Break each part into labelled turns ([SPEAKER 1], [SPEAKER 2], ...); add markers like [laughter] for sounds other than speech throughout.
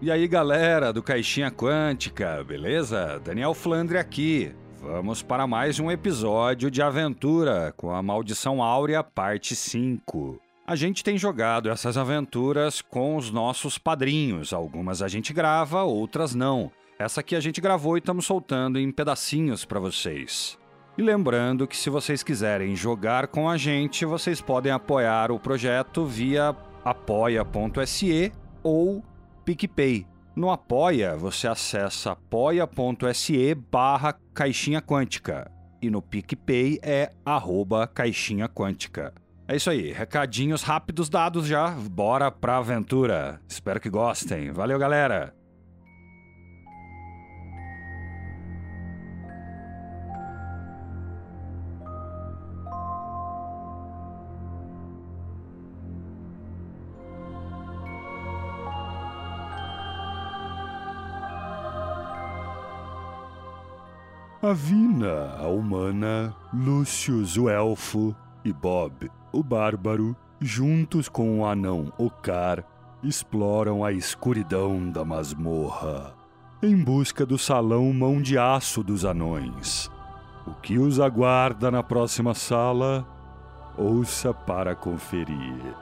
[SPEAKER 1] E aí, galera do Caixinha Quântica, beleza? Daniel Flandre aqui. Vamos para mais um episódio de aventura com a Maldição Áurea, parte 5. A gente tem jogado essas aventuras com os nossos padrinhos. Algumas a gente grava, outras não. Essa aqui a gente gravou e estamos soltando em pedacinhos para vocês. E lembrando que se vocês quiserem jogar com a gente, vocês podem apoiar o projeto via apoia.se ou PicPay. No Apoia, você acessa apoia.se barra caixinha quântica. E no PicPay é arroba caixinha quântica. É isso aí, recadinhos rápidos dados já, bora pra aventura. Espero que gostem. Valeu, galera! A Vina, a humana, Lucius, o elfo, e Bob, o bárbaro, juntos com o anão Ocar, exploram a escuridão da masmorra, em busca do salão mão de aço dos anões. O que os aguarda na próxima sala? Ouça para conferir.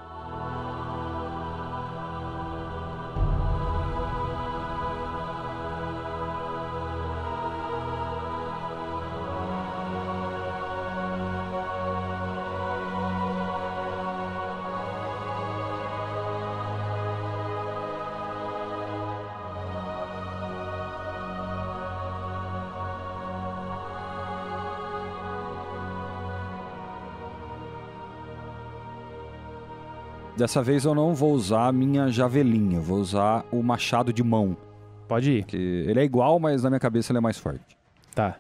[SPEAKER 1] Dessa vez eu não vou usar a minha javelinha, vou usar o machado de mão.
[SPEAKER 2] Pode ir.
[SPEAKER 1] Que ele é igual, mas na minha cabeça ele é mais forte.
[SPEAKER 2] Tá.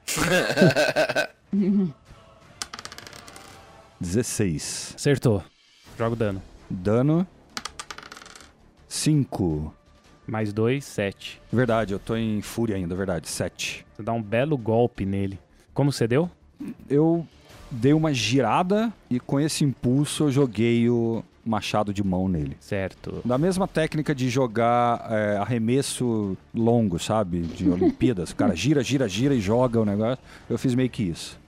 [SPEAKER 1] 16.
[SPEAKER 2] Acertou. Joga o dano.
[SPEAKER 1] Dano. 5.
[SPEAKER 2] Mais dois, sete.
[SPEAKER 1] Verdade, eu tô em fúria ainda, verdade. 7.
[SPEAKER 2] Você dá um belo golpe nele. Como você deu?
[SPEAKER 1] Eu dei uma girada e com esse impulso eu joguei o machado de mão nele.
[SPEAKER 2] Certo.
[SPEAKER 1] Da mesma técnica de jogar é, arremesso longo, sabe? De Olimpíadas. O cara gira, gira, gira e joga o negócio. Eu fiz meio que isso.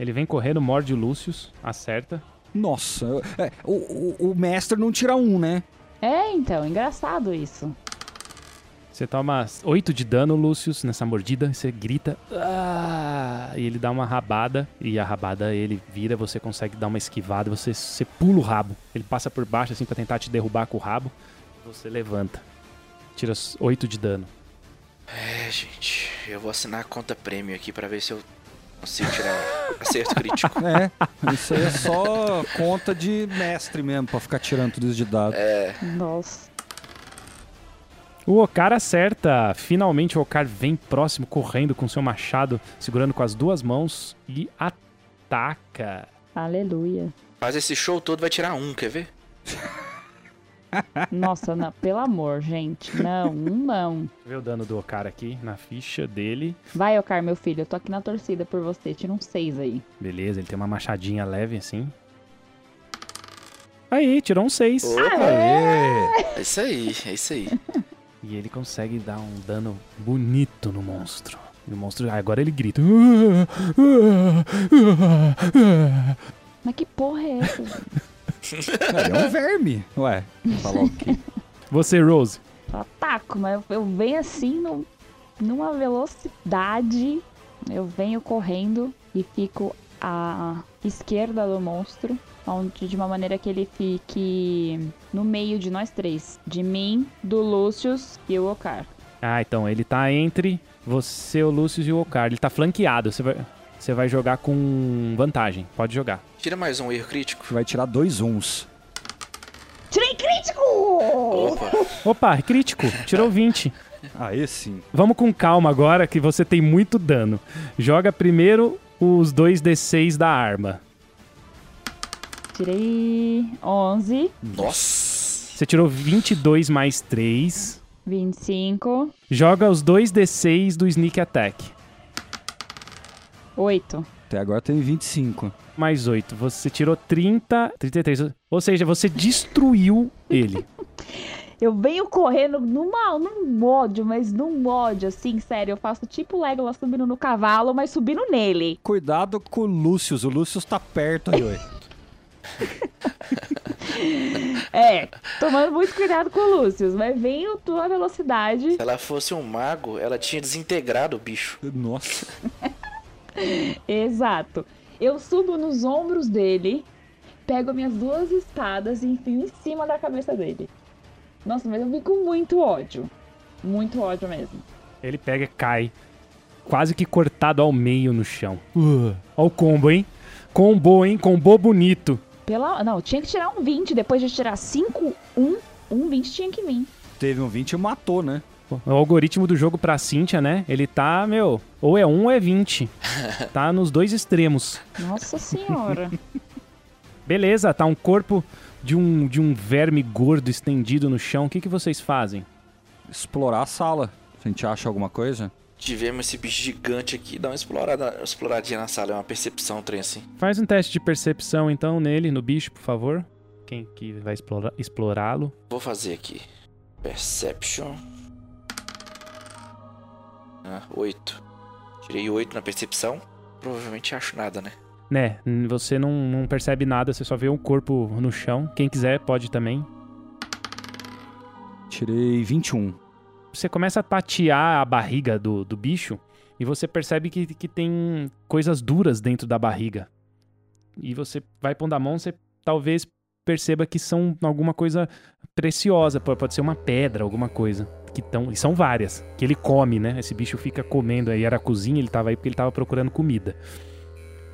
[SPEAKER 2] Ele vem correndo, morde o Lúcius, acerta.
[SPEAKER 1] Nossa, eu- é, o, o- o mestre não tira um, né?
[SPEAKER 3] É, então, engraçado isso.
[SPEAKER 2] Você toma oito de dano, Lúcius, nessa mordida. Você grita. "Ah!" E ele dá uma rabada. E a rabada ele vira, você consegue dar uma esquivada. Você, você pula o rabo. Ele passa por baixo assim pra tentar te derrubar com o rabo. Você levanta. Tira os oito de dano.
[SPEAKER 4] É, gente, eu vou assinar a conta prêmio aqui pra ver se eu consigo tirar [laughs] acerto crítico.
[SPEAKER 1] É. Isso aí é só conta de mestre mesmo, pra ficar tirando tudo isso de dado.
[SPEAKER 4] É,
[SPEAKER 3] Nossa.
[SPEAKER 2] O Ocar acerta. Finalmente o Ocar vem próximo, correndo com seu machado, segurando com as duas mãos e ataca.
[SPEAKER 3] Aleluia.
[SPEAKER 4] mas esse show todo vai tirar um, quer ver?
[SPEAKER 3] Nossa, não, pelo amor, gente. Não, um não.
[SPEAKER 2] Deixa eu ver o dano do Ocar aqui na ficha dele.
[SPEAKER 3] Vai, Ocar, meu filho. Eu tô aqui na torcida por você. Tira um seis aí.
[SPEAKER 2] Beleza, ele tem uma machadinha leve assim. Aí, tirou um 6.
[SPEAKER 1] Aê!
[SPEAKER 4] É isso aí, é isso aí.
[SPEAKER 2] E ele consegue dar um dano bonito no monstro. E o monstro, ah, agora ele grita. [laughs] "Ah, ah, ah, ah".
[SPEAKER 3] Mas que porra é essa? gente?
[SPEAKER 1] Cara, é um verme. Ué, falou aqui.
[SPEAKER 2] Você, Rose.
[SPEAKER 3] Eu ataco, mas eu, eu venho assim no- numa velocidade. Eu venho correndo e fico à esquerda do monstro. Onde, de uma maneira que ele fique no meio de nós três. De mim, do Lúcius e o Ocar.
[SPEAKER 2] Ah, então, ele tá entre você, o Lúcio e o Ocar. Ele tá flanqueado. Você vai, você vai jogar com vantagem. Pode jogar.
[SPEAKER 4] Tira mais um erro crítico.
[SPEAKER 1] Vai tirar dois uns.
[SPEAKER 3] Tirei crítico!
[SPEAKER 4] Opa,
[SPEAKER 2] Opa, crítico. Tirou 20.
[SPEAKER 1] Aí sim.
[SPEAKER 2] Vamos com calma agora, que você tem muito dano. Joga primeiro os 2d6 da arma.
[SPEAKER 3] Tirei 11,
[SPEAKER 4] nossa.
[SPEAKER 2] Você tirou 22 mais 3.
[SPEAKER 3] 25,
[SPEAKER 2] Joga os 2d6 do sneak attack.
[SPEAKER 3] 8.
[SPEAKER 1] Até agora tem 25.
[SPEAKER 2] Mais 8. Você tirou 30. 33. Ou seja, você destruiu ele.
[SPEAKER 3] Eu venho correndo numa, num ódio, mas num ódio, assim, sério. Eu faço tipo o Legolas subindo no cavalo, mas subindo nele.
[SPEAKER 1] Cuidado com o Lúcio. O Lúcio tá perto aí, ué.
[SPEAKER 3] É, tomando muito cuidado com o Lúcio, mas venho tua velocidade.
[SPEAKER 4] Se ela fosse um mago, ela tinha desintegrado o bicho.
[SPEAKER 1] Nossa.
[SPEAKER 3] Exato. Eu subo nos ombros dele, pego minhas duas espadas e enfio em cima da cabeça dele. Nossa, mas eu vim com muito ódio. Muito ódio mesmo.
[SPEAKER 2] Ele pega e cai, quase que cortado ao meio no chão. Uh, ó o combo, hein? Combo, hein? Combo bonito.
[SPEAKER 3] Pela... Não, tinha que tirar um 20. Depois de tirar 5, 1, um 20 tinha que vir.
[SPEAKER 1] Teve um 20 e matou, né?
[SPEAKER 2] O algoritmo do jogo pra Cynthia, né? Ele tá, meu, ou é 1 ou é 20. Tá nos dois extremos.
[SPEAKER 3] Nossa senhora.
[SPEAKER 2] Beleza, tá um corpo de um, de um verme gordo estendido no chão. O que, que vocês fazem?
[SPEAKER 1] Explorar a sala. A gente acha alguma coisa?
[SPEAKER 4] Tivemos esse bicho gigante aqui, dá uma explorada, uma exploradinha na sala, é uma percepção, um trem assim.
[SPEAKER 2] Faz um teste de percepção, então, nele, no bicho, por favor. Quem que vai explora- explorá-lo?
[SPEAKER 4] Vou fazer aqui. Perception. Ah, 8. Tirei 8 na percepção. Provavelmente acho nada, né?
[SPEAKER 2] Né, n- você não, não percebe nada, você só vê um corpo no chão. Quem quiser pode também.
[SPEAKER 1] Tirei 21.
[SPEAKER 2] Você começa a tatear a barriga do, do bicho e você percebe que, que tem coisas duras dentro da barriga. E você vai pondo a mão, você talvez perceba que são alguma coisa preciosa. po- Pode ser uma pedra, alguma coisa. Que tão, e são várias. Que ele come, né? Esse bicho fica comendo aí. Era a cozinha, ele tava aí porque ele tava procurando comida.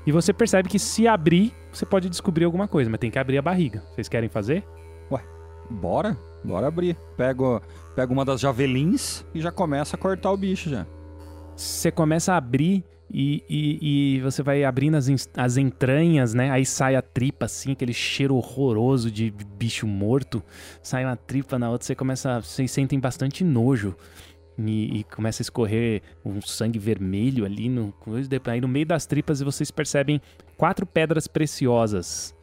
[SPEAKER 2] E você percebe que se abrir, você pode descobrir alguma coisa, mas tem que abrir a barriga. Vocês querem fazer?
[SPEAKER 1] Bora? Bora abrir. Pego, pego uma das javelins e já começa a cortar o bicho já.
[SPEAKER 2] você começa a abrir e, e- e você vai abrindo as, ens- as entranhas, né? Aí sai a tripa, assim, aquele cheiro horroroso de bicho morto. Sai uma tripa na outra, você começa. Vocês sentem bastante nojo. E, e começa a escorrer um sangue vermelho ali no coisa. Depois, Aí no meio das tripas vocês percebem quatro pedras preciosas.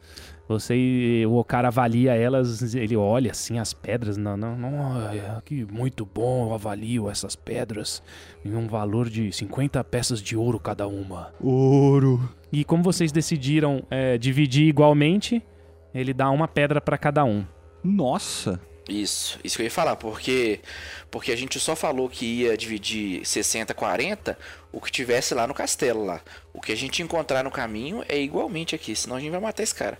[SPEAKER 2] Você, o cara avalia elas, ele olha assim as pedras, não, não, não, olha, que muito bom, eu avalio essas pedras em um valor de 50 peças de ouro cada uma.
[SPEAKER 1] Ouro.
[SPEAKER 2] E como vocês decidiram é, dividir igualmente, ele dá uma pedra pra cada um.
[SPEAKER 1] Nossa.
[SPEAKER 4] Isso, isso que eu ia falar, porque porque a gente só falou que ia dividir 60 40, o que tivesse lá no castelo lá. O que a gente encontrar no caminho é igualmente aqui, senão a gente vai matar esse cara.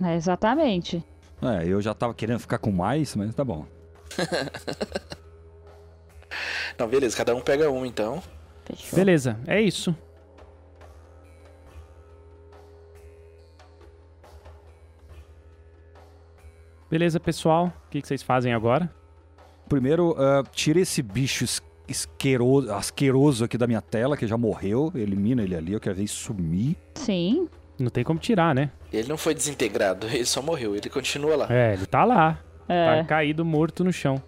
[SPEAKER 3] É, exatamente.
[SPEAKER 1] É, eu já tava querendo ficar com mais, mas tá bom.
[SPEAKER 4] Não, beleza, cada um pega um então.
[SPEAKER 3] Fechou.
[SPEAKER 2] Beleza, é isso. Beleza, pessoal. O que que vocês fazem agora?
[SPEAKER 1] Primeiro, ah, tira esse bicho es- esqueroso, asqueroso aqui da minha tela, que já morreu. Elimina ele ali, eu quero ver ele sumir.
[SPEAKER 3] Sim.
[SPEAKER 2] Não tem como tirar, né?
[SPEAKER 4] Ele não foi desintegrado, [laughs] ele só morreu, ele continua lá.
[SPEAKER 2] É, ele tá lá.
[SPEAKER 3] É.
[SPEAKER 2] Tá caído, morto no chão.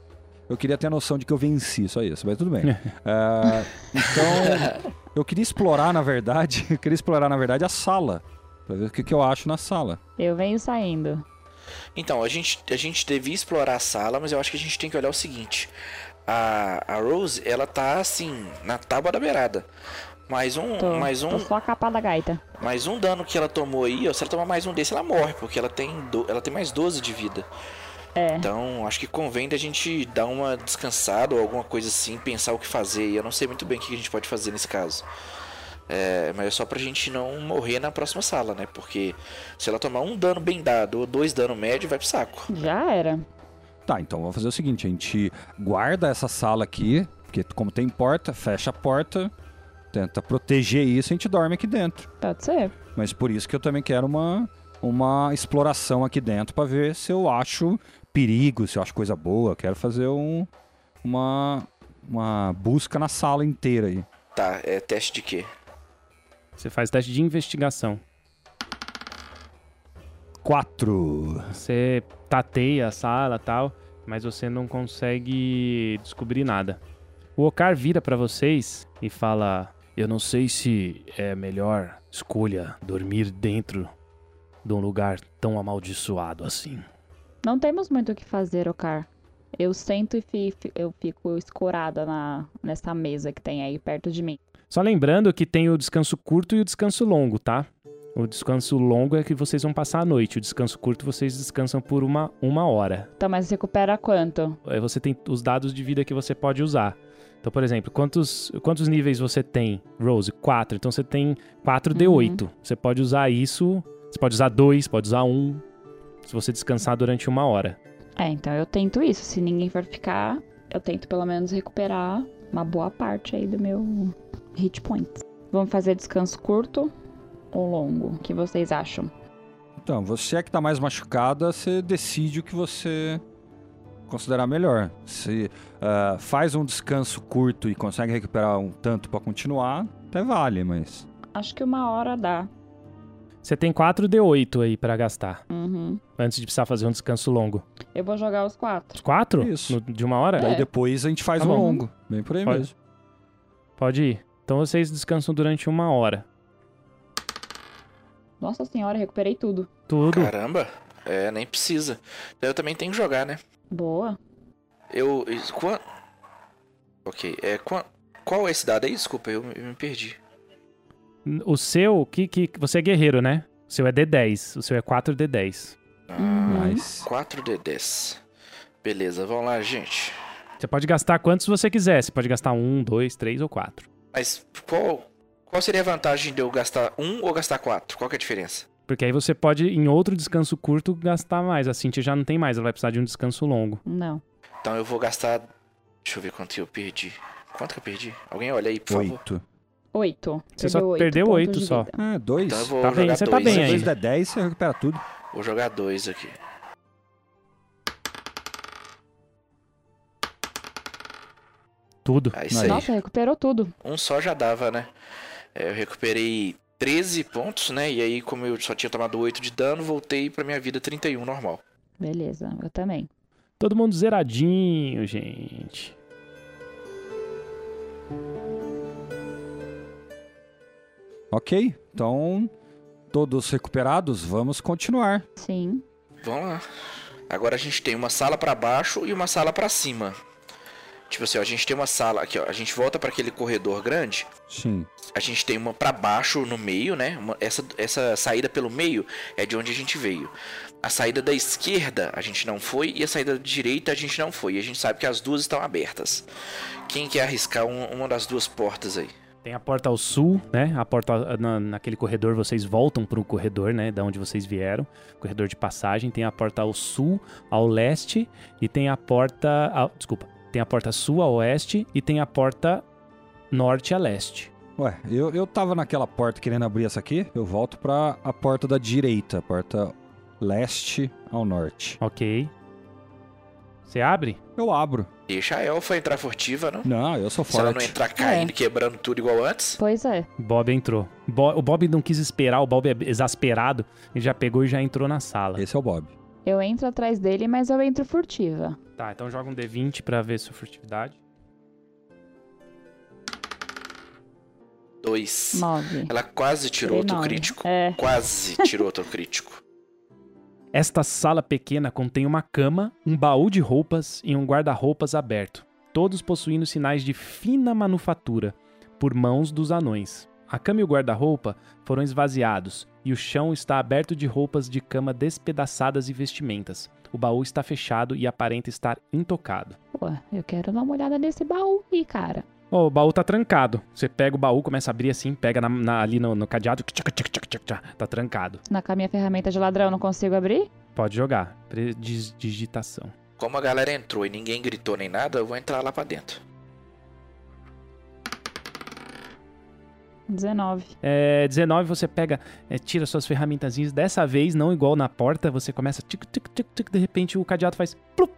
[SPEAKER 1] Eu queria ter a noção de que eu venci, só isso, mas tudo bem. Ah, então, eu queria explorar, na verdade, [laughs] eu queria explorar, na verdade, a sala. Pra ver o que, que eu acho na sala.
[SPEAKER 3] Eu venho saindo.
[SPEAKER 4] Então, a gente, a gente devia explorar a sala, mas eu acho que a gente tem que olhar o seguinte. A, a Rose, ela tá assim, na tábua da beirada. Mais um,
[SPEAKER 3] Tô,
[SPEAKER 4] mais
[SPEAKER 3] tô
[SPEAKER 4] um,
[SPEAKER 3] só a capa da gaita.
[SPEAKER 4] mais um dano que ela tomou aí, ó, se ela tomar mais um desse, ela morre, porque ela tem, do, ela tem mais 12 de vida.
[SPEAKER 3] É.
[SPEAKER 4] Então, acho que convém da gente dar uma descansada ou alguma coisa assim, pensar o que fazer. E eu não sei muito bem o que a gente pode fazer nesse caso. É, mas é só pra gente não morrer na próxima sala, né? Porque se ela tomar um dano bem dado ou dois dano médio, vai pro saco.
[SPEAKER 3] Já era.
[SPEAKER 1] Tá, então vamos fazer o seguinte: a gente guarda essa sala aqui, porque como tem porta, fecha a porta, tenta proteger isso e a gente dorme aqui dentro.
[SPEAKER 3] Pode ser.
[SPEAKER 1] Mas por isso que eu também quero uma, uma exploração aqui dentro pra ver se eu acho perigo, se eu acho coisa boa. Quero fazer um, uma, uma busca na sala inteira aí.
[SPEAKER 4] Tá, é teste de quê?
[SPEAKER 2] Você faz teste de investigação.
[SPEAKER 1] Quatro.
[SPEAKER 2] Você tateia a sala tal, mas você não consegue descobrir nada. O Ocar vira pra vocês e fala: Eu não sei se é a melhor escolha dormir dentro de um lugar tão amaldiçoado assim.
[SPEAKER 3] Não temos muito o que fazer, Ocar. Eu sento e fi- fi- eu fico escorada na, nessa mesa que tem aí perto de mim.
[SPEAKER 2] Só lembrando que tem o descanso curto e o descanso longo, tá? O descanso longo é que vocês vão passar a noite. O descanso curto vocês descansam por uma, uma hora.
[SPEAKER 3] Tá, mas recupera quanto?
[SPEAKER 2] Aí É, você tem os dados de vida que você pode usar. Então, por exemplo, quantos, quantos níveis você tem, Rose? Quatro. Então você tem 4D8. Você pode usar isso. Você pode usar dois, pode usar um. Se você descansar durante uma hora.
[SPEAKER 3] É, então eu tento isso. Se ninguém for ficar, eu tento pelo menos recuperar uma boa parte aí do meu hit point. Vamos fazer descanso curto ou longo? O que vocês acham?
[SPEAKER 1] Então, você é que tá mais machucada, você decide o que você considerar melhor. Se ah, faz um descanso curto e consegue recuperar um tanto pra continuar, até vale, mas.
[SPEAKER 3] Acho que uma hora dá.
[SPEAKER 2] Você tem 4D8 aí pra gastar.
[SPEAKER 3] Uhum.
[SPEAKER 2] Antes de precisar fazer um descanso longo.
[SPEAKER 3] Eu vou jogar os quatro.
[SPEAKER 2] Os quatro?
[SPEAKER 1] Isso.
[SPEAKER 2] No- de uma hora?
[SPEAKER 1] Daí
[SPEAKER 3] É.
[SPEAKER 1] depois a gente faz
[SPEAKER 2] Tá
[SPEAKER 1] um
[SPEAKER 2] bom.
[SPEAKER 1] longo. Bem por aí
[SPEAKER 2] Pode.
[SPEAKER 1] mesmo.
[SPEAKER 2] Pode ir. Então vocês descansam durante uma hora.
[SPEAKER 3] Nossa senhora, recuperei tudo.
[SPEAKER 2] Tudo.
[SPEAKER 4] Caramba, é, nem precisa. Eu também tenho que jogar, né?
[SPEAKER 3] Boa.
[SPEAKER 4] Eu. isso- Qua... Ok, é. Qua... Qual é esse dado aí? Desculpa, eu me eu me perdi.
[SPEAKER 2] O seu, que, que você é guerreiro, né? O seu é D10. O seu é 4D10.
[SPEAKER 3] Uhum.
[SPEAKER 1] Mas.
[SPEAKER 4] 4D10. Beleza, vamos lá, gente.
[SPEAKER 2] Você pode gastar quantos você quiser. Você pode gastar um, dois, três ou quatro.
[SPEAKER 4] Mas qual. Qual seria a vantagem de eu gastar um ou gastar quatro? Qual que é a diferença?
[SPEAKER 2] Porque aí você pode, em outro descanso curto, gastar mais. A Cintia já não tem mais, ela vai precisar de um descanso longo.
[SPEAKER 3] Não.
[SPEAKER 4] Então eu vou gastar. Deixa eu ver quanto eu perdi. Quanto que eu perdi? Alguém olha aí, por favor.
[SPEAKER 1] Oito.
[SPEAKER 3] Oito.
[SPEAKER 2] Você só
[SPEAKER 3] oito
[SPEAKER 2] perdeu
[SPEAKER 3] pontos
[SPEAKER 2] oito
[SPEAKER 3] de
[SPEAKER 2] só.
[SPEAKER 3] vida.
[SPEAKER 1] Ah, dois.
[SPEAKER 4] Então eu vou
[SPEAKER 2] Tá bem,
[SPEAKER 4] jogar
[SPEAKER 2] você tá
[SPEAKER 4] dois.
[SPEAKER 2] bem
[SPEAKER 4] aqui.
[SPEAKER 1] Dois
[SPEAKER 2] aí.
[SPEAKER 1] dá dez, você recupera tudo.
[SPEAKER 4] Vou jogar dois aqui.
[SPEAKER 2] Tudo.
[SPEAKER 4] Ah, isso aí.
[SPEAKER 3] Nossa, recuperou tudo.
[SPEAKER 4] Um só já dava, né? É, Eu recuperei 13 pontos, né? E aí, como eu só tinha tomado 8 de dano, voltei pra minha vida 31 normal.
[SPEAKER 3] Beleza, eu também.
[SPEAKER 2] Todo mundo zeradinho, gente.
[SPEAKER 1] Ok, então. Todos recuperados, vamos continuar.
[SPEAKER 3] Sim.
[SPEAKER 4] Vamos lá. Agora a gente tem uma sala pra baixo e uma sala pra cima. Tipo assim, ó, a gente tem uma sala aqui, ó. A gente volta pra aquele corredor grande.
[SPEAKER 1] Sim.
[SPEAKER 4] A gente tem uma pra baixo no meio, né? Uma- essa, essa saída pelo meio é de onde a gente veio. A saída da esquerda a gente não foi e a saída da direita a gente não foi. E a gente sabe que as duas estão abertas. Quem quer arriscar um- uma das duas portas aí?
[SPEAKER 2] Tem a porta ao sul, né? A porta na- naquele corredor, vocês voltam pro corredor, né? Da onde vocês vieram. Corredor de passagem. Tem a porta ao sul, ao leste. E tem a porta. ao- desculpa. Tem a porta sul a oeste. E tem a porta norte a leste.
[SPEAKER 1] Ué, eu, eu tava naquela porta querendo abrir essa aqui, eu volto pra a porta da direita, a porta leste ao norte.
[SPEAKER 2] Ok. Você abre?
[SPEAKER 1] Eu abro.
[SPEAKER 4] Deixa a elfa entrar furtiva, não?
[SPEAKER 1] Não, eu sou
[SPEAKER 4] Se ela não
[SPEAKER 1] forte.
[SPEAKER 4] entrar caindo, quebrando tudo igual antes.
[SPEAKER 3] Pois é.
[SPEAKER 2] Bob entrou. Bo- o Bob não quis esperar, o Bob é exasperado. Ele já pegou e já entrou na sala.
[SPEAKER 1] Esse é o Bob.
[SPEAKER 3] Eu entro atrás dele, mas eu entro furtiva.
[SPEAKER 2] Tá, então joga um D20 pra ver sua furtividade.
[SPEAKER 4] Dois.
[SPEAKER 3] Nove.
[SPEAKER 4] Ela quase
[SPEAKER 3] Tirei
[SPEAKER 4] tirou outro
[SPEAKER 1] né?
[SPEAKER 3] nove.
[SPEAKER 4] crítico.
[SPEAKER 3] É.
[SPEAKER 4] Quase
[SPEAKER 1] [laughs]
[SPEAKER 4] tirou outro crítico.
[SPEAKER 2] Esta sala pequena contém uma cama, um baú de roupas e um guarda-roupas aberto, todos possuindo sinais de fina manufatura por mãos dos anões. A cama e o guarda-roupa foram esvaziados e o chão está aberto de roupas de cama despedaçadas e vestimentas. O baú está fechado e aparenta estar intocado.
[SPEAKER 3] Pô, eu quero dar uma olhada nesse baú aí, cara.
[SPEAKER 2] Ó, o baú tá trancado. Você pega o baú, começa a abrir assim, pega na- na- ali no, no cadeado, tchac, tchac, tchac, tchac, tchac, tá trancado.
[SPEAKER 3] Na com a minha ferramenta de ladrão, não consigo abrir?
[SPEAKER 2] Pode jogar. Predigitação.
[SPEAKER 4] Como a galera entrou e ninguém gritou nem nada, eu vou entrar lá pra dentro.
[SPEAKER 3] 19.
[SPEAKER 2] É, 19 você pega, é, tira suas ferramentazinhas. Dessa vez, não igual na porta, você começa tic, tic, tic, tic, de repente o cadeado faz plup,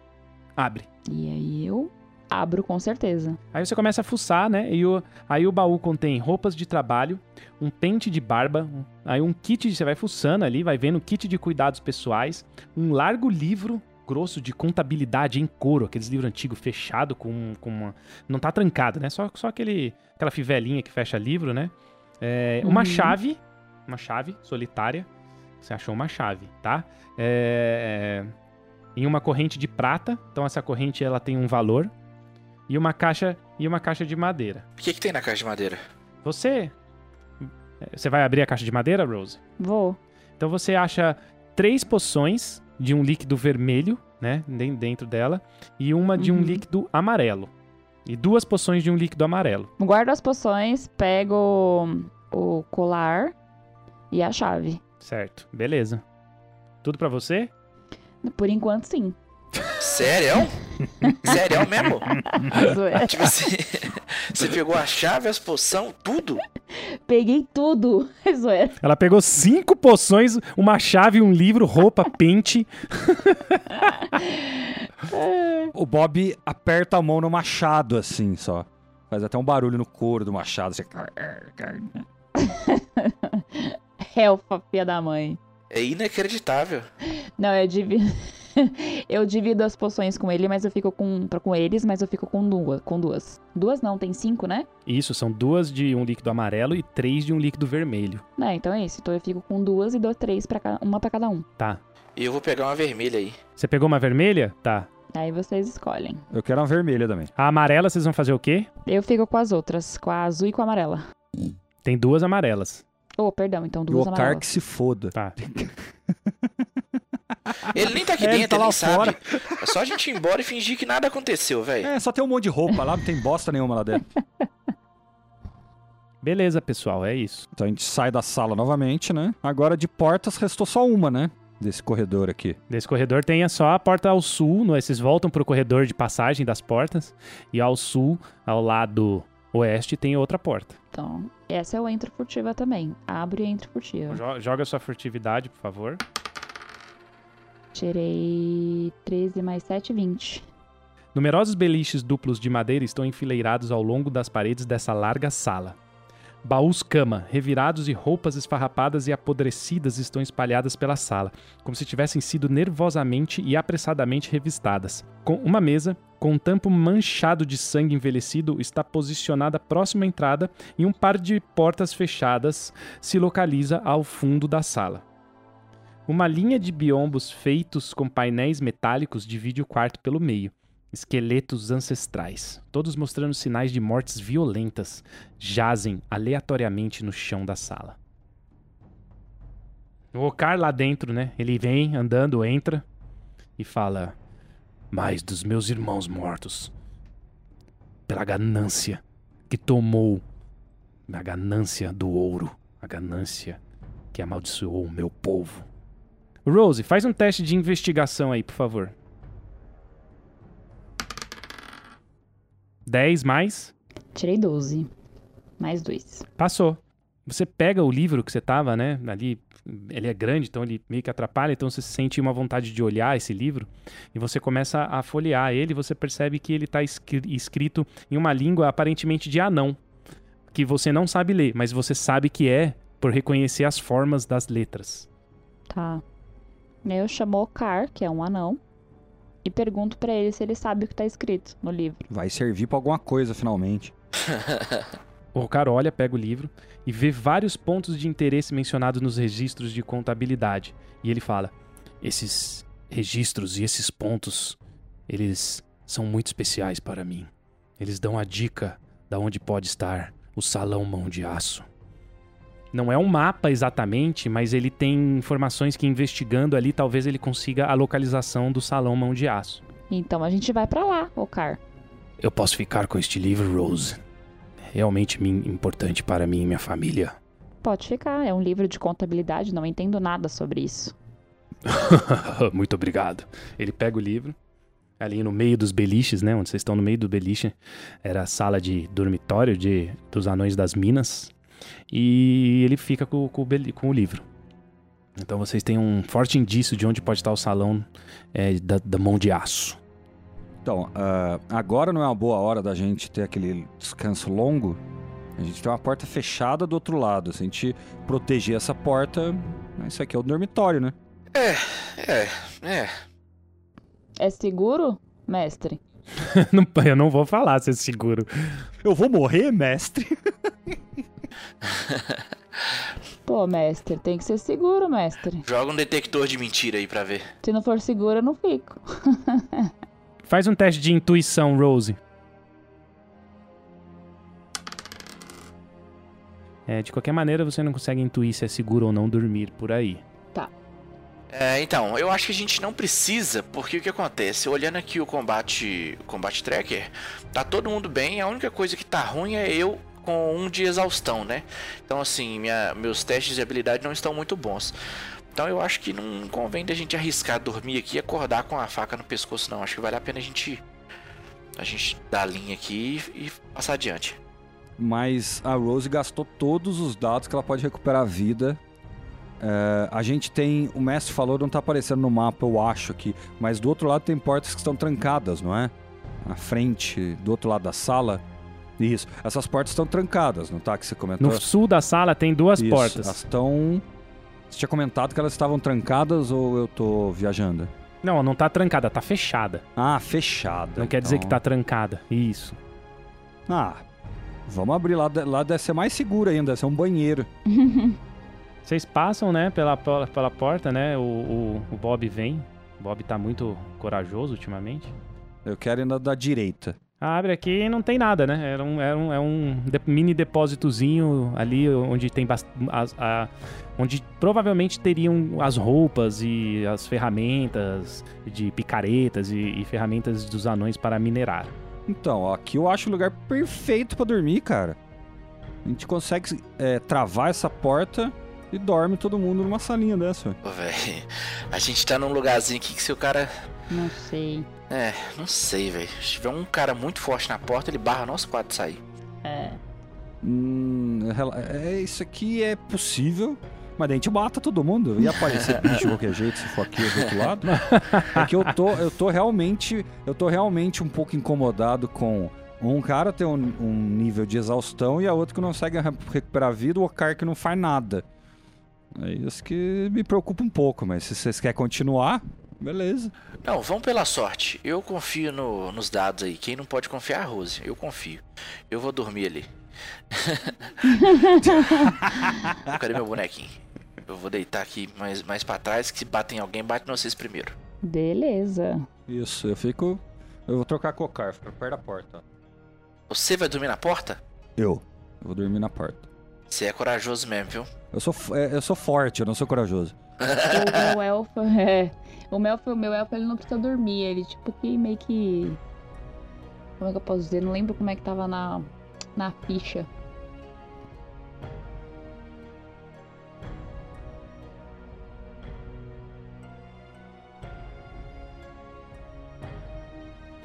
[SPEAKER 2] abre.
[SPEAKER 3] E aí eu abro com certeza.
[SPEAKER 2] Aí você começa a fuçar, né? E o, aí o baú contém roupas de trabalho, um pente de barba, um- aí um kit, de- você vai fuçando ali, vai vendo um kit de cuidados pessoais, um largo livro grosso de contabilidade em couro, aqueles livros antigos fechado com, com uma... Não tá trancado, né? Só, só aquele, aquela fivelinha que fecha livro, né? É, Uma
[SPEAKER 3] Uhum.
[SPEAKER 2] chave, uma chave solitária. Você achou uma chave, tá? É, em uma corrente de prata. Então essa corrente ela tem um valor e uma caixa e uma caixa de madeira.
[SPEAKER 4] O que, que tem na caixa de madeira?
[SPEAKER 2] Você você vai abrir a caixa de madeira, Rose?
[SPEAKER 3] Vou.
[SPEAKER 2] Então você acha três poções de um líquido vermelho, né, den- dentro dela, e uma de um
[SPEAKER 3] Uhum.
[SPEAKER 2] líquido amarelo. E duas poções de um líquido amarelo.
[SPEAKER 3] Guardo as poções, pego o colar e a chave.
[SPEAKER 2] Certo. Beleza. Tudo pra você?
[SPEAKER 3] Por enquanto, sim.
[SPEAKER 1] [laughs]
[SPEAKER 4] Sério? Sério mesmo?
[SPEAKER 3] Zoeira.
[SPEAKER 4] Tipo assim, [laughs] você pegou a chave, as poção, tudo?
[SPEAKER 3] Peguei tudo. é. Zoeira.
[SPEAKER 2] Ela pegou cinco poções, uma chave, um livro, roupa, [laughs] pente.
[SPEAKER 1] O Bob aperta a mão no machado, assim, só. Faz até um barulho no couro do machado. Assim.
[SPEAKER 3] Helfa, filha da mãe.
[SPEAKER 4] É inacreditável.
[SPEAKER 3] Não, eu divido. [laughs] eu divido as poções com ele, mas eu fico com. com eles, mas eu fico com duas. Com duas. Duas não, tem cinco, né?
[SPEAKER 2] Isso, são duas de um líquido amarelo e três de um líquido vermelho.
[SPEAKER 3] Não, então é isso. Então eu fico com duas e dou três para cada uma pra cada um.
[SPEAKER 2] Tá.
[SPEAKER 4] E eu vou pegar uma vermelha aí.
[SPEAKER 2] Você pegou uma vermelha? Tá.
[SPEAKER 3] Aí vocês escolhem.
[SPEAKER 1] Eu quero uma vermelha também.
[SPEAKER 2] A amarela vocês vão fazer o quê?
[SPEAKER 3] Eu fico com as outras, com a azul e com a amarela.
[SPEAKER 2] Tem duas amarelas.
[SPEAKER 3] Oh, perdão, então
[SPEAKER 1] E
[SPEAKER 3] duas
[SPEAKER 1] o Ocar que
[SPEAKER 3] amarelas.
[SPEAKER 1] se foda.
[SPEAKER 2] Tá.
[SPEAKER 4] Ele nem tá aqui
[SPEAKER 1] [laughs] É, ele tá
[SPEAKER 4] dentro, ele
[SPEAKER 1] lá fora.
[SPEAKER 4] nem sabe. É só a gente ir embora e fingir que nada aconteceu, velho.
[SPEAKER 1] É, só tem um monte de roupa lá, não tem bosta nenhuma lá dentro.
[SPEAKER 2] Beleza, pessoal, é isso.
[SPEAKER 1] Então a gente sai da sala novamente, né? Agora de portas restou só uma, né? Desse corredor aqui.
[SPEAKER 2] Desse corredor tem só a porta ao sul, não é? vocês voltam pro corredor de passagem das portas, e ao sul, ao lado oeste, tem outra porta.
[SPEAKER 3] Então, essa eu entro furtiva também. Abro e entro furtiva.
[SPEAKER 2] Jo- Joga sua furtividade, por favor.
[SPEAKER 3] Tirei 13 mais 7, 20.
[SPEAKER 2] Numerosos beliches duplos de madeira estão enfileirados ao longo das paredes dessa larga sala. Baús cama, revirados e roupas esfarrapadas e apodrecidas estão espalhadas pela sala, como se tivessem sido nervosamente e apressadamente revistadas. Com uma mesa, com um tampo manchado de sangue envelhecido, está posicionada próxima à entrada e um par de portas fechadas se localiza ao fundo da sala. Uma linha de biombos feitos com painéis metálicos divide o quarto pelo meio esqueletos ancestrais, todos mostrando sinais de mortes violentas, jazem aleatoriamente no chão da sala. O Ocar lá dentro, né? Ele vem andando, entra e fala: Mais dos meus irmãos mortos. Pela ganância que tomou. A ganância do ouro. A ganância que amaldiçoou o meu povo. Rose, faz um teste de investigação aí, por favor. 10 mais.
[SPEAKER 3] Tirei 12. Mais 2.
[SPEAKER 2] Passou. Você pega o livro que você tava, né? Ali, ele é grande, então ele meio que atrapalha, então você sente uma vontade de olhar esse livro e você começa a folhear ele, e você percebe que ele tá escri- escrito em uma língua aparentemente de anão, que você não sabe ler, mas você sabe que é por reconhecer as formas das letras.
[SPEAKER 3] Tá. Eu chamo o Ocar, que é um anão, e pergunto pra ele se ele sabe o que tá escrito no livro.
[SPEAKER 1] Vai servir pra alguma coisa, finalmente.
[SPEAKER 2] O cara olha, pega o livro e vê vários pontos de interesse mencionados nos registros de contabilidade. E ele fala: Esses registros e esses pontos, eles são muito especiais para mim. Eles dão a dica da onde pode estar o salão mão de aço. Não é um mapa exatamente, mas ele tem informações que investigando ali talvez ele consiga a localização do salão mão de aço.
[SPEAKER 3] Então a gente vai pra lá, Ocar.
[SPEAKER 2] Eu posso ficar com este livro, Rose. Realmente mim- importante para mim e minha família.
[SPEAKER 3] Pode ficar, é um livro de contabilidade, não entendo nada sobre isso.
[SPEAKER 2] [laughs] Muito obrigado. Ele pega o livro. Ali no meio dos beliches, né? Onde vocês estão no meio do beliche. Era a sala de dormitório de, dos anões das minas. E ele fica com, com o beli- com o livro. Então vocês têm um forte indício de onde pode estar o salão é, da, da mão de aço. [laughs]
[SPEAKER 1] Então, ah, agora não é uma boa hora da gente ter aquele descanso longo. A gente tem uma porta fechada do outro lado. Se a gente proteger essa porta, isso aqui é o dormitório, né?
[SPEAKER 4] É, é.
[SPEAKER 3] É seguro, mestre?
[SPEAKER 2] Não- Eu não vou falar se é seguro.
[SPEAKER 1] Eu vou morrer, mestre?
[SPEAKER 3] Pô, mestre, tem que ser seguro, mestre.
[SPEAKER 4] Joga um detector de mentira aí pra ver.
[SPEAKER 3] Se não for seguro, eu não fico.
[SPEAKER 2] Faz um teste de intuição, Rose. É, de qualquer maneira, você não consegue intuir se é seguro ou não dormir por aí.
[SPEAKER 4] É, então, eu acho que a gente não precisa, porque o que acontece? Olhando aqui o combate, o combate tracker, tá todo mundo bem, a única coisa que tá ruim é eu com um de exaustão, né? Então, assim, minha- meus testes de habilidade não estão muito bons. Então, eu acho que não convém da gente arriscar dormir aqui e acordar com a faca no pescoço, não. Acho que vale a pena a gente a gente dar a linha aqui e, e passar adiante.
[SPEAKER 1] Mas a Rose gastou todos os dados que ela pode recuperar a vida. É, a gente tem. O mestre falou, não tá aparecendo no mapa, eu acho aqui. Mas do outro lado tem portas que estão trancadas, não é? Na frente, do outro lado da sala. Isso. Essas portas estão trancadas, não tá? Que você comentou.
[SPEAKER 2] No sul da sala tem duas
[SPEAKER 1] Isso,
[SPEAKER 2] portas.
[SPEAKER 1] Elas estão. Você tinha comentado que elas estavam trancadas ou eu tô viajando?
[SPEAKER 2] Não, não tá trancada, tá fechada.
[SPEAKER 1] Ah, fechada.
[SPEAKER 2] Não quer dizer que
[SPEAKER 1] então.
[SPEAKER 2] tá trancada. Isso.
[SPEAKER 1] Ah, vamos abrir lá. de- Lá deve ser mais seguro ainda, deve ser um banheiro.
[SPEAKER 2] Vocês passam, né, pela, pela, pela porta, né? O, o, o Bob vem. O Bob tá muito corajoso ultimamente.
[SPEAKER 1] Eu quero ir na da direita.
[SPEAKER 2] Abre aqui e não tem nada, né? Era um, era um, é um de- mini depósitozinho ali onde tem bas- as, a- onde provavelmente teriam as roupas e as ferramentas de picaretas e, e ferramentas dos anões para minerar.
[SPEAKER 1] Então, ó, aqui eu acho o lugar perfeito pra dormir, cara. A gente consegue é, travar essa porta e dorme todo mundo numa salinha dessa.
[SPEAKER 4] Ô, velho, [laughs] a gente tá num lugarzinho aqui que se o cara
[SPEAKER 3] Não sei.
[SPEAKER 4] É, não sei, velho. Se tiver um cara muito forte na porta, ele barra nós quatro de sair.
[SPEAKER 3] É.
[SPEAKER 1] Hum, rela- é, isso aqui é possível. Mas daí a gente mata todo mundo. Ia aparecer bicho de qualquer jeito se for aqui ou do outro lado. É que eu tô, eu tô realmente. Eu tô realmente um pouco incomodado com um cara ter um, um nível de exaustão e a outro que não consegue re- recuperar a vida, o Ocar que não faz nada. É isso que me preocupa um pouco, mas se vocês querem continuar, beleza.
[SPEAKER 4] Não, vamos pela sorte. Eu confio no- nos dados aí. Quem não pode confiar é a Rose. Eu confio. Eu vou dormir ali. [laughs] Cadê meu bonequinho? Eu vou deitar aqui mais, mais pra trás, que se batem em alguém, bate em vocês primeiro.
[SPEAKER 3] Beleza.
[SPEAKER 1] Isso, eu fico. Eu vou trocar com o Ocar, fica perto da porta.
[SPEAKER 4] Você vai dormir na porta?
[SPEAKER 1] Eu. Eu vou dormir na porta.
[SPEAKER 4] Você é corajoso mesmo, viu?
[SPEAKER 1] Eu sou, f- é, eu sou forte, eu não sou corajoso.
[SPEAKER 3] O meu elfo, [laughs] é. O meu elfo, o meu elfo, ele não precisa dormir. Ele, tipo, que meio que. Como é que eu posso dizer? Não lembro como é que tava na, na ficha.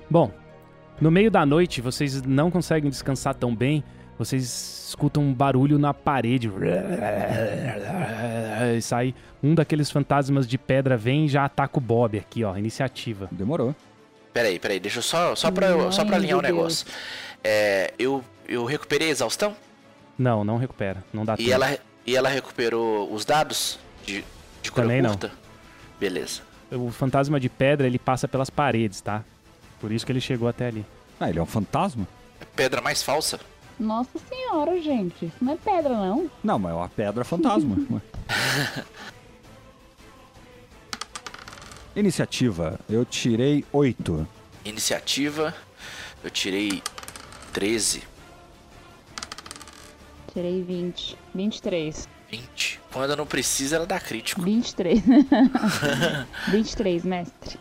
[SPEAKER 2] Bom, no meio da noite vocês não conseguem descansar tão bem. Vocês escutam um barulho na parede. E sai um daqueles fantasmas de pedra vem e já ataca o Bob aqui, ó. Iniciativa.
[SPEAKER 1] Demorou.
[SPEAKER 4] Peraí, peraí, deixa eu só, só, pra,
[SPEAKER 3] Mãe
[SPEAKER 4] só pra alinhar o
[SPEAKER 3] de
[SPEAKER 4] negócio. É, eu, eu recuperei a exaustão
[SPEAKER 2] Não, não recupera. Não dá
[SPEAKER 4] E
[SPEAKER 2] tempo.
[SPEAKER 4] ela, e ela recuperou os dados de, de cura
[SPEAKER 2] Também não.
[SPEAKER 4] curta? Beleza.
[SPEAKER 2] O fantasma de pedra, ele passa pelas paredes, tá? Por isso que ele chegou até ali.
[SPEAKER 1] Ah, ele é um fantasma?
[SPEAKER 4] É Pedra mais falsa?
[SPEAKER 3] Nossa senhora, gente. Isso não é pedra, não.
[SPEAKER 1] Não, mas é uma pedra fantasma. Ué. Iniciativa. Eu tirei oito.
[SPEAKER 4] Iniciativa. Eu tirei 13,
[SPEAKER 3] Tirei 20. 23.
[SPEAKER 4] 20. Quando eu não preciso, ela dá
[SPEAKER 3] [laughs]
[SPEAKER 4] crítico.
[SPEAKER 3] 23. 23, mestre.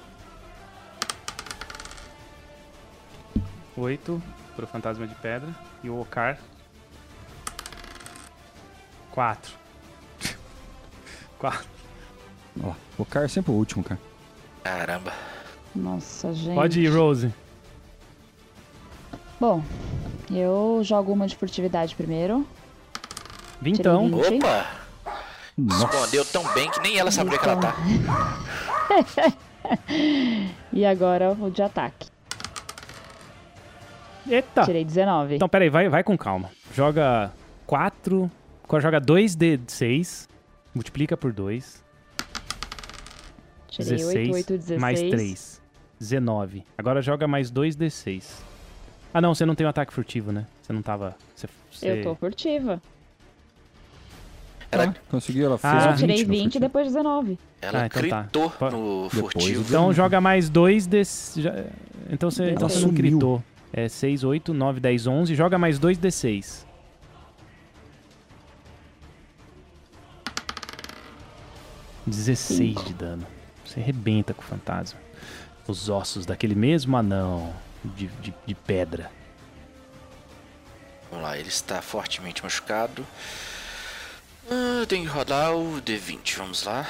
[SPEAKER 2] Oito pro fantasma de pedra. E o Ocar. Quatro. [laughs] Quatro.
[SPEAKER 1] Olha lá. O cara é sempre o último, cara.
[SPEAKER 4] Caramba.
[SPEAKER 3] Nossa, gente.
[SPEAKER 2] Pode ir, Rose.
[SPEAKER 3] Bom, eu jogo uma de furtividade primeiro.
[SPEAKER 2] Vintão.
[SPEAKER 3] Tirei Gente.
[SPEAKER 4] Opa! Escondeu tão bem que nem ela sabia que ela tá.
[SPEAKER 3] E agora o de ataque.
[SPEAKER 2] Eita!
[SPEAKER 3] Tirei 19.
[SPEAKER 2] Então, peraí, vai, vai com calma. Joga 4. Joga 2D6. Multiplica por 2.
[SPEAKER 3] Tirei
[SPEAKER 2] 16.
[SPEAKER 3] 8, 8, 16.
[SPEAKER 2] Mais 3. 19. Agora joga mais 2D6. Ah, não, você não tem um ataque furtivo, né? Você não tava. Você, você-
[SPEAKER 3] Eu tô furtiva.
[SPEAKER 4] Ela,
[SPEAKER 1] Conseguiu, ela fez
[SPEAKER 2] Ah,
[SPEAKER 1] um
[SPEAKER 3] eu tirei
[SPEAKER 1] 20, não foi?
[SPEAKER 3] 20 e depois 19.
[SPEAKER 4] ela
[SPEAKER 2] Ah, então tá.
[SPEAKER 4] gritou
[SPEAKER 2] Pa-
[SPEAKER 4] no
[SPEAKER 1] Depois
[SPEAKER 4] furtivo.
[SPEAKER 1] do-
[SPEAKER 2] Então joga mais dois desse. já- Então você, então
[SPEAKER 3] Ela
[SPEAKER 2] você não
[SPEAKER 1] sumiu.
[SPEAKER 2] gritou. É 6, 8, 9, 10, 11. Joga mais dois D6. Dezesseis de dano. Você arrebenta com o fantasma. Os ossos daquele mesmo anão de, de, de pedra.
[SPEAKER 4] Vamos lá, ele está fortemente machucado. Ah, eu tenho que rodar o D20, vamos lá.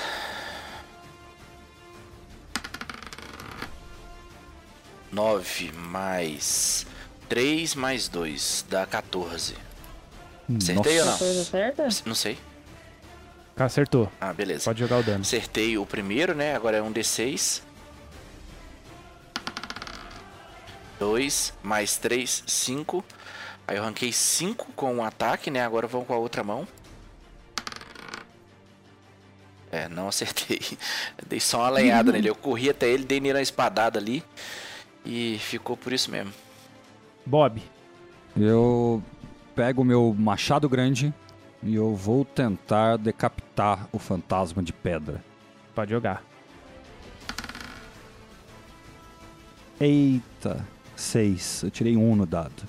[SPEAKER 4] Nove mais três mais dois dá 14. Acertei ou
[SPEAKER 1] Hum, Nossa.
[SPEAKER 4] não?
[SPEAKER 3] Coisa certa?
[SPEAKER 4] Não sei.
[SPEAKER 2] Tá, Acertou.
[SPEAKER 4] Ah, beleza.
[SPEAKER 2] Pode jogar o dano.
[SPEAKER 4] Acertei o primeiro, né? Agora é um D6. 2, mais 3, 5. Aí eu ranquei 5 com um ataque, né? Agora vamos com a outra mão. É, não acertei. [laughs] Dei só uma lenhada nele. Eu corri até ele, dei nele uma espadada ali. E ficou por isso mesmo.
[SPEAKER 2] Bob,
[SPEAKER 1] Eu pego o meu machado grande e eu vou tentar decapitar o fantasma de pedra.
[SPEAKER 2] pode jogar.
[SPEAKER 1] Eita, seis. Eu tirei um no dado.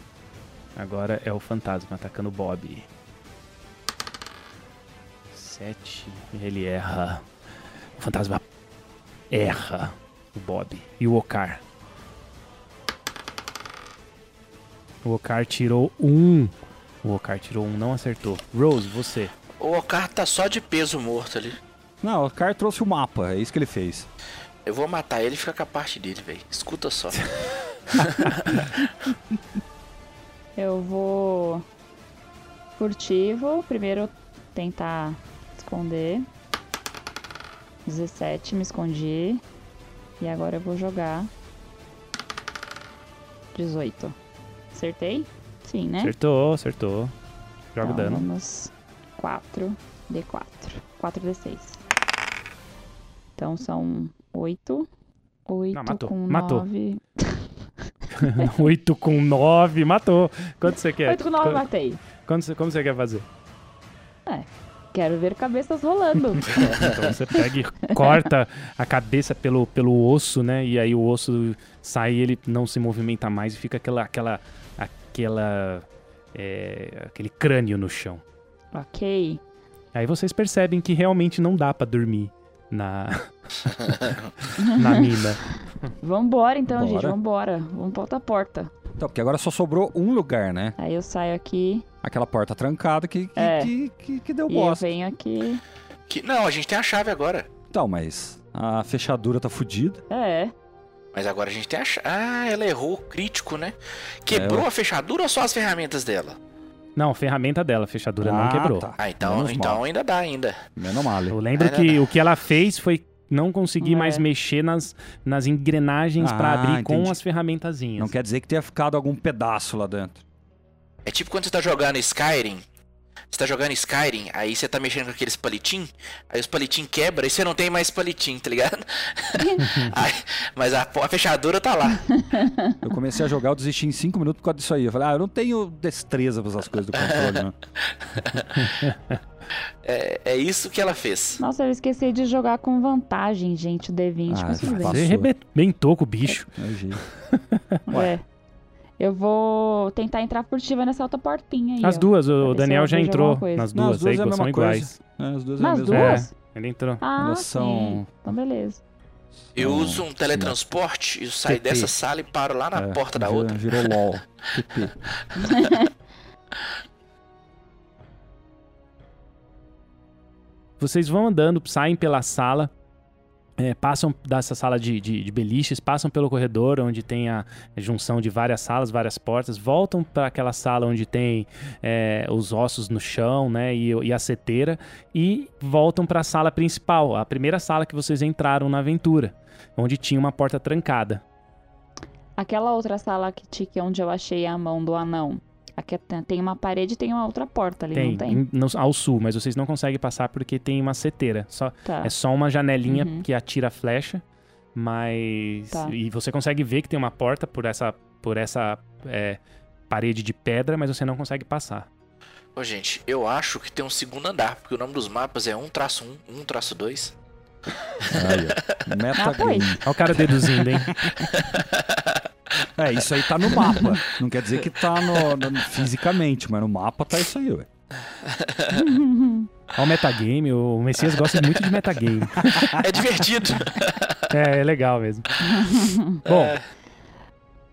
[SPEAKER 2] Agora é o fantasma atacando o Bob. 7. Ele erra. O fantasma erra o Bob e o Okar. O Okar tirou um. O Okar tirou um, não acertou. Rose, você.
[SPEAKER 4] O Ocar tá só de peso morto ali.
[SPEAKER 1] Não, o cara trouxe o mapa, é isso que ele fez.
[SPEAKER 4] Eu vou matar ele e fica com a parte dele, velho. Escuta só.
[SPEAKER 3] Eu vou furtivo, primeiro tentar esconder. 17, me escondi. E agora eu vou jogar 18. Acertei? Sim, né?
[SPEAKER 2] Acertou, acertou. Joga o
[SPEAKER 3] então,
[SPEAKER 2] dano. [laughs]
[SPEAKER 3] Vamos 4, D4. 4D6. Então são 8. 8
[SPEAKER 2] matou,
[SPEAKER 3] com
[SPEAKER 2] matou.
[SPEAKER 3] 9.
[SPEAKER 2] 8 com 9, matou. Quanto você quer?
[SPEAKER 3] 8 com 9
[SPEAKER 2] Qu-
[SPEAKER 3] matei.
[SPEAKER 2] quanto você- como você quer fazer?
[SPEAKER 3] Quero ver
[SPEAKER 2] [laughs]
[SPEAKER 3] cabeças rolando.
[SPEAKER 2] Então você pega e corta a cabeça pelo, pelo osso, né? E aí o osso sai, ele não se movimenta mais e fica aquela aquela aquela é, aquele crânio no chão.
[SPEAKER 3] ok.
[SPEAKER 2] Aí vocês percebem que realmente não dá pra dormir na [laughs] na mina.
[SPEAKER 3] Vambora então,
[SPEAKER 1] Bora.
[SPEAKER 3] gente. Vambora. Vamos pra outra porta.
[SPEAKER 1] Então, porque agora só sobrou um lugar, né?
[SPEAKER 3] Aí eu saio aqui
[SPEAKER 1] Aquela porta trancada que, que,
[SPEAKER 3] É.
[SPEAKER 1] que, que- que deu
[SPEAKER 3] e
[SPEAKER 1] bosta.
[SPEAKER 3] eu venho aqui.
[SPEAKER 4] Que- Não, a gente tem a chave agora.
[SPEAKER 1] Então, mas a fechadura tá fodida.
[SPEAKER 3] É. [laughs]
[SPEAKER 4] Mas agora a gente tem a chave. Ah, ela errou o crítico, né? Quebrou
[SPEAKER 1] É,
[SPEAKER 4] a fechadura ou só as ferramentas dela?
[SPEAKER 2] Não, ferramenta dela, a fechadura
[SPEAKER 1] Ah,
[SPEAKER 2] não quebrou.
[SPEAKER 1] Tá.
[SPEAKER 4] Ah, então,
[SPEAKER 1] Menos
[SPEAKER 4] então
[SPEAKER 1] mal.
[SPEAKER 4] ainda dá, ainda.
[SPEAKER 1] Menos mal.
[SPEAKER 2] Eu lembro
[SPEAKER 4] Ah, não,
[SPEAKER 2] que
[SPEAKER 4] não.
[SPEAKER 2] o que ela fez foi não conseguir
[SPEAKER 3] É.
[SPEAKER 2] mais mexer nas, nas engrenagens pra
[SPEAKER 1] Ah,
[SPEAKER 2] abrir com
[SPEAKER 1] entendi.
[SPEAKER 2] as ferramentazinhas.
[SPEAKER 1] Não quer dizer que tenha ficado algum pedaço lá dentro.
[SPEAKER 4] É tipo quando você tá jogando Skyrim. Você tá jogando Skyrim, aí você tá mexendo com aqueles palitinhos, aí os palitinhos quebram e você não tem mais palitinho,
[SPEAKER 1] [laughs]
[SPEAKER 4] tá ligado? Aí- mas a, po- a fechadura tá lá.
[SPEAKER 1] Eu comecei a jogar, eu desisti em cinco minutos por causa disso aí. Eu falei, ah, eu não tenho destreza pra essas coisas do controle, né?
[SPEAKER 4] É, é isso que ela fez.
[SPEAKER 3] Nossa, eu esqueci de jogar com vantagem, gente, o D20.
[SPEAKER 1] Ah,
[SPEAKER 3] mas tudo bem.
[SPEAKER 1] fácil.
[SPEAKER 2] Você arrebentou com o bicho.
[SPEAKER 1] Não é jeito.
[SPEAKER 3] É. Eu vou tentar entrar furtiva nessa outra portinha aí.
[SPEAKER 2] As
[SPEAKER 3] ó.
[SPEAKER 2] duas,
[SPEAKER 3] ver
[SPEAKER 2] o
[SPEAKER 3] se
[SPEAKER 2] Daniel
[SPEAKER 3] eu
[SPEAKER 2] já
[SPEAKER 3] vejo
[SPEAKER 2] entrou
[SPEAKER 3] alguma coisa.
[SPEAKER 2] nas
[SPEAKER 1] Não,
[SPEAKER 2] duas,
[SPEAKER 1] as duas
[SPEAKER 2] aí
[SPEAKER 1] é a
[SPEAKER 2] igual, são
[SPEAKER 1] mesma coisa.
[SPEAKER 2] iguais.
[SPEAKER 1] É, as duas é
[SPEAKER 2] né,
[SPEAKER 1] a
[SPEAKER 3] Nas
[SPEAKER 1] mesma-
[SPEAKER 3] duas?
[SPEAKER 2] Ele entrou.
[SPEAKER 3] Ah,
[SPEAKER 1] Elas
[SPEAKER 3] sim.
[SPEAKER 1] são-
[SPEAKER 3] Então, beleza.
[SPEAKER 4] Eu
[SPEAKER 1] Não,
[SPEAKER 4] uso um teletransporte e saio
[SPEAKER 1] TP.
[SPEAKER 4] dessa sala e paro lá na
[SPEAKER 1] É,
[SPEAKER 4] porta da
[SPEAKER 1] vira-
[SPEAKER 4] outra.
[SPEAKER 1] Virou LOL.
[SPEAKER 4] [laughs]
[SPEAKER 1] TP.
[SPEAKER 2] Vocês vão andando, saem pela sala, é, passam dessa sala de, de, de beliches, passam pelo corredor onde tem a junção de várias salas, várias portas, voltam para aquela sala onde tem é, os ossos no chão, né, e, e a seteira, e voltam para a sala principal, a primeira sala que vocês entraram na aventura, onde tinha uma porta trancada.
[SPEAKER 3] Aquela outra sala que ti- que é onde eu achei a mão do anão. Aqui é, tem- tem uma parede e tem uma outra porta ali,
[SPEAKER 2] Tem,
[SPEAKER 3] não tem?
[SPEAKER 2] em- no- ao sul, mas vocês não conseguem passar porque tem uma seteira. Só,
[SPEAKER 3] Tá.
[SPEAKER 2] É só uma janelinha
[SPEAKER 3] Uhum.
[SPEAKER 2] que atira a flecha, mas
[SPEAKER 3] Tá.
[SPEAKER 2] e você consegue ver que tem uma porta por essa por essa é, parede de pedra, mas você não consegue passar.
[SPEAKER 4] Ô, gente, eu acho que tem um segundo andar, porque o nome dos mapas é 1-1, 1-2.
[SPEAKER 1] [laughs] Aí, ó. Meta
[SPEAKER 3] Ah, pois.
[SPEAKER 1] game.
[SPEAKER 2] Olha o
[SPEAKER 3] [laughs]
[SPEAKER 2] cara deduzindo, hein?
[SPEAKER 1] É, isso aí tá no mapa. Não quer dizer que tá no, no- fisicamente, mas no mapa tá isso aí, ué.
[SPEAKER 2] Olha o metagame, o Messias gosta muito de metagame.
[SPEAKER 4] É divertido.
[SPEAKER 2] É, é legal
[SPEAKER 3] [laughs]
[SPEAKER 2] mesmo. Bom,
[SPEAKER 1] É.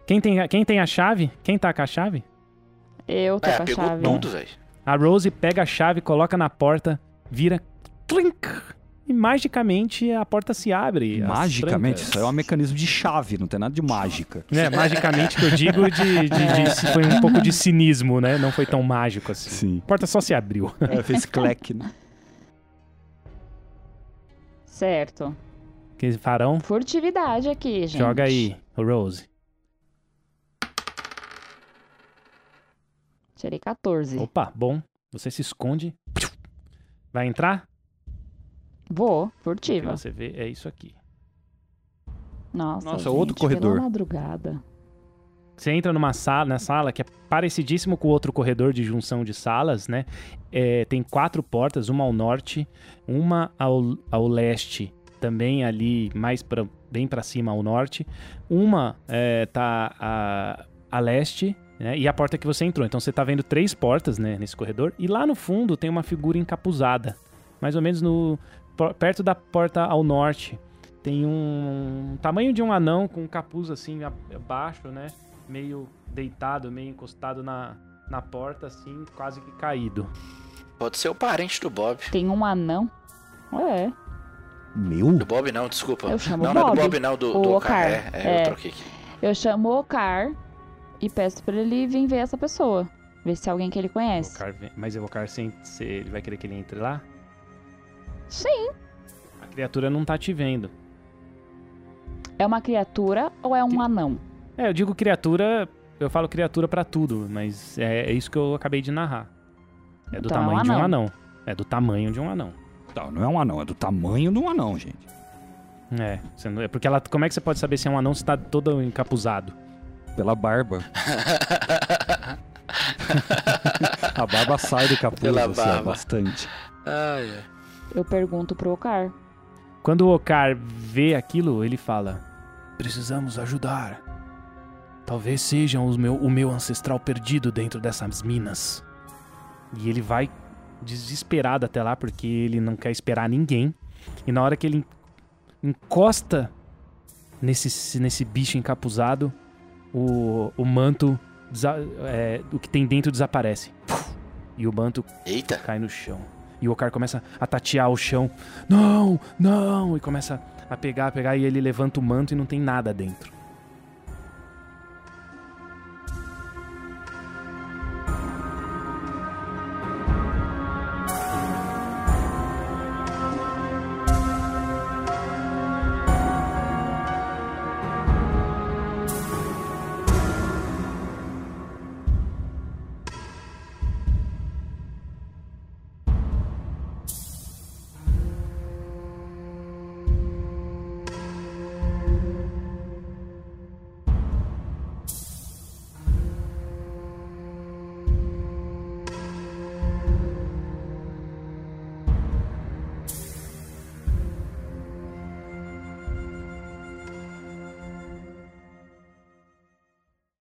[SPEAKER 2] quem tem, a- quem tem a chave? Quem tá com a chave?
[SPEAKER 3] [laughs] Eu tô
[SPEAKER 4] É,
[SPEAKER 3] com a
[SPEAKER 4] pegou
[SPEAKER 3] chave.
[SPEAKER 4] tudo, velho.
[SPEAKER 2] A Rose pega a chave, coloca na porta, vira. Clink! E magicamente a porta se abre. as
[SPEAKER 1] Magicamente,
[SPEAKER 2] trancas.
[SPEAKER 1] isso aí é um mecanismo de chave, não tem nada de mágica.
[SPEAKER 2] É, magicamente que eu digo de, de- de- se foi um pouco de cinismo, né? Não foi tão mágico assim.
[SPEAKER 1] Sim.
[SPEAKER 2] A porta só se abriu. [laughs]
[SPEAKER 1] É, fez clack, né?
[SPEAKER 3] Certo.
[SPEAKER 2] Que farão,
[SPEAKER 3] Furtividade aqui, gente.
[SPEAKER 2] joga aí, Rose.
[SPEAKER 3] Tirei 14.
[SPEAKER 2] Opa, bom. Você se esconde. Vai entrar?
[SPEAKER 3] Vou,
[SPEAKER 2] O que
[SPEAKER 3] furtiva.
[SPEAKER 2] você vê é isso aqui.
[SPEAKER 3] Nossa,
[SPEAKER 1] Nossa,
[SPEAKER 3] gente,
[SPEAKER 1] outro corredor.
[SPEAKER 3] Pela madrugada.
[SPEAKER 2] Você entra numa sala, na sala que é parecidíssimo com o outro corredor de junção de salas, né? É, tem quatro portas, uma ao norte, uma ao, ao leste, também ali mais pra, bem para cima ao norte, uma é, tá a, a leste, né? E a porta que você entrou. Então você tá vendo três portas, né? Nesse corredor. E lá no fundo tem uma figura encapuzada, mais ou menos no por- perto da porta ao norte. Tem um tamanho de um anão com um capuz assim a- abaixo, né? meio deitado, meio encostado na, na porta, assim, quase que caído.
[SPEAKER 4] Pode ser o parente do Bob.
[SPEAKER 3] Tem um anão. É,
[SPEAKER 1] Meu?
[SPEAKER 4] Do Bob não, desculpa.
[SPEAKER 3] Eu chamo
[SPEAKER 4] não, não é do
[SPEAKER 3] Bob.
[SPEAKER 4] Bob não, do,
[SPEAKER 3] O
[SPEAKER 4] do
[SPEAKER 3] Ocar.
[SPEAKER 4] É, é,
[SPEAKER 3] É.
[SPEAKER 4] eu troquei aqui.
[SPEAKER 3] eu chamo o Ocar e peço pra ele vir ver essa pessoa. Ver se é alguém que ele conhece.
[SPEAKER 2] Evocar vem- mas evocar sem. se ele vai querer que ele entre lá?
[SPEAKER 3] Sim.
[SPEAKER 2] A criatura não tá te vendo.
[SPEAKER 3] É uma criatura ou é um
[SPEAKER 2] Que-
[SPEAKER 3] anão?
[SPEAKER 2] É, eu digo criatura. Eu falo criatura pra tudo, mas é, é isso que eu acabei de narrar. É do
[SPEAKER 3] Então é um
[SPEAKER 2] tamanho de um anão. É do tamanho de um anão.
[SPEAKER 1] Não, não é um anão, é do tamanho de um anão, gente.
[SPEAKER 2] É, você não- é porque ela. Como é que você pode saber se é um anão se tá todo encapuzado?
[SPEAKER 1] Pela barba. A barba sai do capuz,
[SPEAKER 4] Pela
[SPEAKER 1] assim, ó,
[SPEAKER 4] barba.
[SPEAKER 1] bastante.
[SPEAKER 4] Ai, ai.
[SPEAKER 3] Eu pergunto pro Ocar.
[SPEAKER 2] Quando o Okar vê aquilo, ele fala: Precisamos ajudar. Talvez sejam os meu, o meu ancestral perdido dentro dessas minas. E ele vai desesperado até lá porque ele não quer esperar ninguém. E na hora que ele en- encosta nesse, nesse bicho encapuzado, o, o manto, desa- é, o que tem dentro desaparece. E o manto
[SPEAKER 4] Eita,
[SPEAKER 2] cai no chão. E o Ocar começa a tatear o chão. Não, não! E começa a pegar, a pegar, e ele levanta o manto e não tem nada dentro.